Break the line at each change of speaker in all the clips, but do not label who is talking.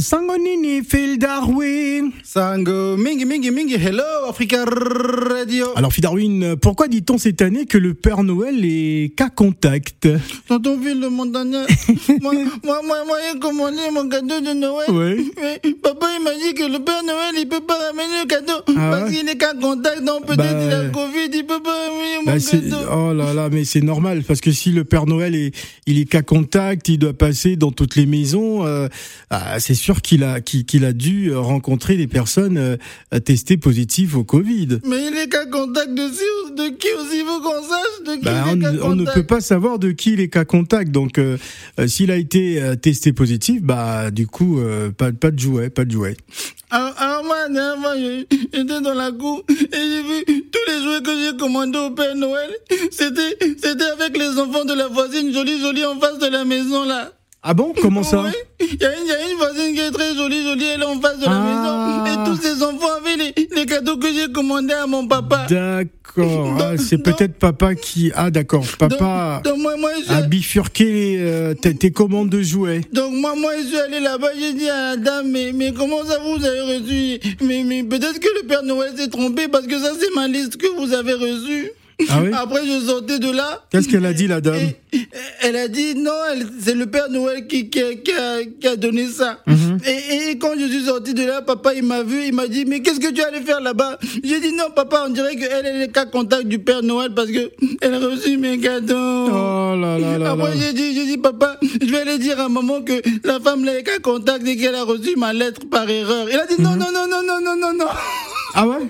Sangonini, Phil Darwin.
Sango, mingi, mingi, mingi, hello, Africa Radio.
Alors, Phil Darwin, pourquoi dit-on cette année que le Père Noël est cas contact
Dans ton ville de Montagnat, moi, moi, moi, moi, j'ai commandé mon cadeau de Noël.
Ouais.
Mais papa, il m'a dit que le Père Noël, il peut pas ramener le cadeau
Ah
parce
ouais
qu'il n'est qu'à contact, donc peut-être
Bah,
il a
ouais.
le Covid, il peut pas ramener mon
Bah, c'est-
cadeau.
oh là là, mais c'est normal parce que si le Père Noël est, il est cas contact, il doit passer dans toutes les maisons. euh, ah, c'est sûr qu'il a, qu'il qu'il a dû euh, rencontrer des personnes euh, testées positives au Covid.
Mais il est qu'à contact de, si- de qui aussi, il faut qu'on sache de qui
Bah,
il est
on,
qu'à
on ne
contact.
peut pas savoir de qui il est cas contact. Donc, euh, euh, s'il a été euh, testé positif, bah du coup, euh, pas, pas de jouet, pas de jouet.
Alors, alors Ah, moi, dernièrement, je- j'étais dans la cour et j'ai vu tous les jouets que j'ai commandés au Père Noël. C'était, c'était avec les enfants de la voisine jolie, jolie en face de la maison, là.
Ah bon Comment ça
Ouais. Il y, a une- il y a une voisine qui est très jolie, jolie, elle est en face de
Ah.
la maison. Et tous ses enfants avaient les, les cadeaux que j'ai commandés à mon papa.
D'accord. Ah,
Dans-
c'est
dans-
peut-être papa qui. Ah d'accord.
Donc-
Papa
donc moi, moi, je-
a bifurqué euh, tes, tes commandes de jouets.
Donc moi, moi, je suis allé là-bas, j'ai dit à la dame, mais, mais comment ça vous avez reçu Mais, mais peut-être que le Père Noël s'est trompé parce que ça, c'est ma liste que vous avez reçue.
Ah oui
Après, je sortais de là.
Qu'est-ce qu'elle a dit la dame
et- et- elle a dit non, elle- c'est le Père Noël qui, qui a, qui a- qui a donné ça.
Mhm.
et, et quand je suis sorti de là, papa il m'a vu, il m'a dit mais qu'est-ce que tu allais faire là-bas J'ai dit non, papa, on dirait qu'elle elle est le cas contact du Père Noël parce que elle a reçu mes cadeaux.
Oh là là là là.
Après, Ah, j'ai dit, j'ai dit, papa, je vais aller dire à maman que la femme là est qu'à contact et qu'elle a reçu ma lettre par erreur. Il a dit
Mhm.
non, non, non, non, non, non, non, non.
Ah ouais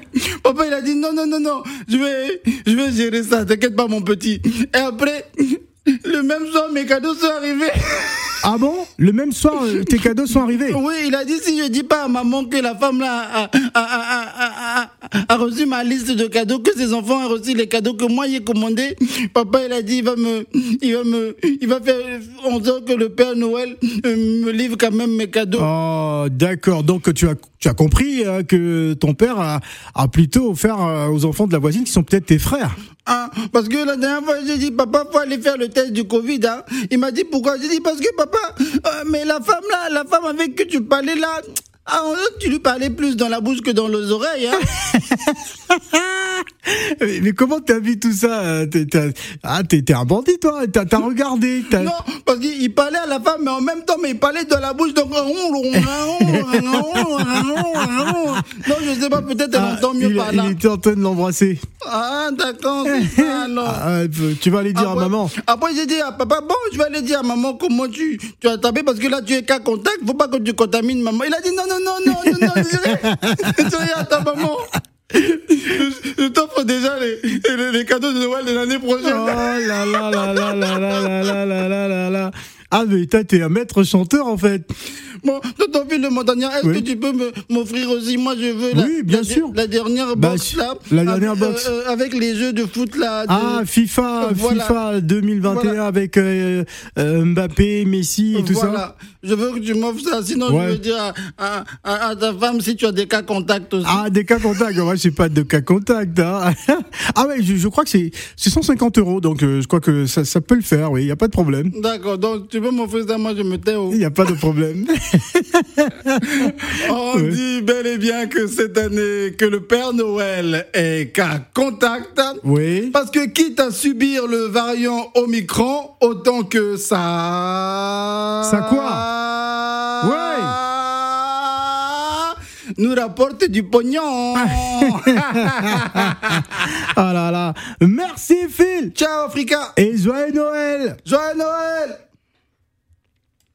Papa, il a dit non, non, non, non. Je vais, je vais gérer ça. T'inquiète pas, mon petit. Et après, le même soir, mes cadeaux sont arrivés.
Ah bon Le même soir, euh, tes cadeaux sont arrivés
Oui, il a dit si je dis pas à maman que la femme là a, a- a- a- a- a- a reçu ma liste de cadeaux, que ses enfants ont reçu les cadeaux que moi j'ai commandés, papa il a dit il va me, il va me, il va faire en sorte que le Père Noël euh, me livre quand même mes cadeaux.
Oh d'accord. Donc tu as, tu as compris euh, que ton père a, a plutôt offert euh, aux enfants de la voisine qui sont peut-être tes frères.
Hein, parce que la dernière fois, j'ai dit, papa, faut aller faire le test du Covid. hein. Il m'a dit, pourquoi J'ai dit, parce que papa, euh, mais la femme là, la femme avec que tu parlais là, ah, on- tu lui parlais plus dans la bouche que dans les oreilles. hein.
Mais, mais comment t'as vu tout ça euh, t'es- t'as- Ah t'es t'es un bandit toi. T'as t'as regardé. t'as-
Non, parce qu'il il parlait à la femme, mais en même temps, mais il parlait dans la bouche, donc. ah, oh, Non, je sais pas, peut-être elle
Ah,
entend mieux
il,
par
il
là.
était en train de l'embrasser.
Ah, d'accord, c'est ça alors.
Ah, euh, tu vas aller dire à
Après-
maman.
Après, j'ai dit à papa, bon, je vais aller dire à maman comment tu, tu as tapé parce que là, tu es qu'à contact, faut pas que tu contamines maman. Il a dit non, non, non, non, non, non, je je dis à ta maman. Je, je t'offre déjà les, les, les cadeaux de Noël de l'année
Oh
prochaine.
là là là là là là là là là là là là. Ah mais t'as- t'es un maître chanteur en fait.
Bon, dans ton film de montagnard, est-ce
Oui.
que tu peux me- m'offrir aussi Moi, je veux la,
Oui, bien
la-
sûr.
la dernière
Bah,
box
si-
là.
la dernière
avec,
box.
euh, euh, avec les jeux de foot là. de-
Ah FIFA,
Euh, Voilà.
FIFA 2021
Voilà.
avec euh, euh, Mbappé, Messi et tout ça.
voilà. Je veux que tu m'offres ça, sinon
Ouais.
je veux dire à, à- à- à ta femme si tu as des cas contacts aussi.
Ah, des cas contacts. Moi, j'ai pas de cas contacts. hein. Ah ouais, je, je crois que c'est c'est 150 euros, donc euh, je crois que ça, ça peut le faire. Oui, il y a pas de problème.
D'accord, donc tu peux m'offrir ça, moi je me tais. oh.
Il y a pas de problème.
On
Ouais.
dit bel et bien que cette année, que le Père Noël est cas contact.
Oui.
Parce que quitte à subir le variant Omicron, autant que ça.
Ça quoi
Ouais Nous rapporte du pognon
Ah là là. Merci Phil.
Ciao Africa
Et joyeux Noël.
Joyeux Noël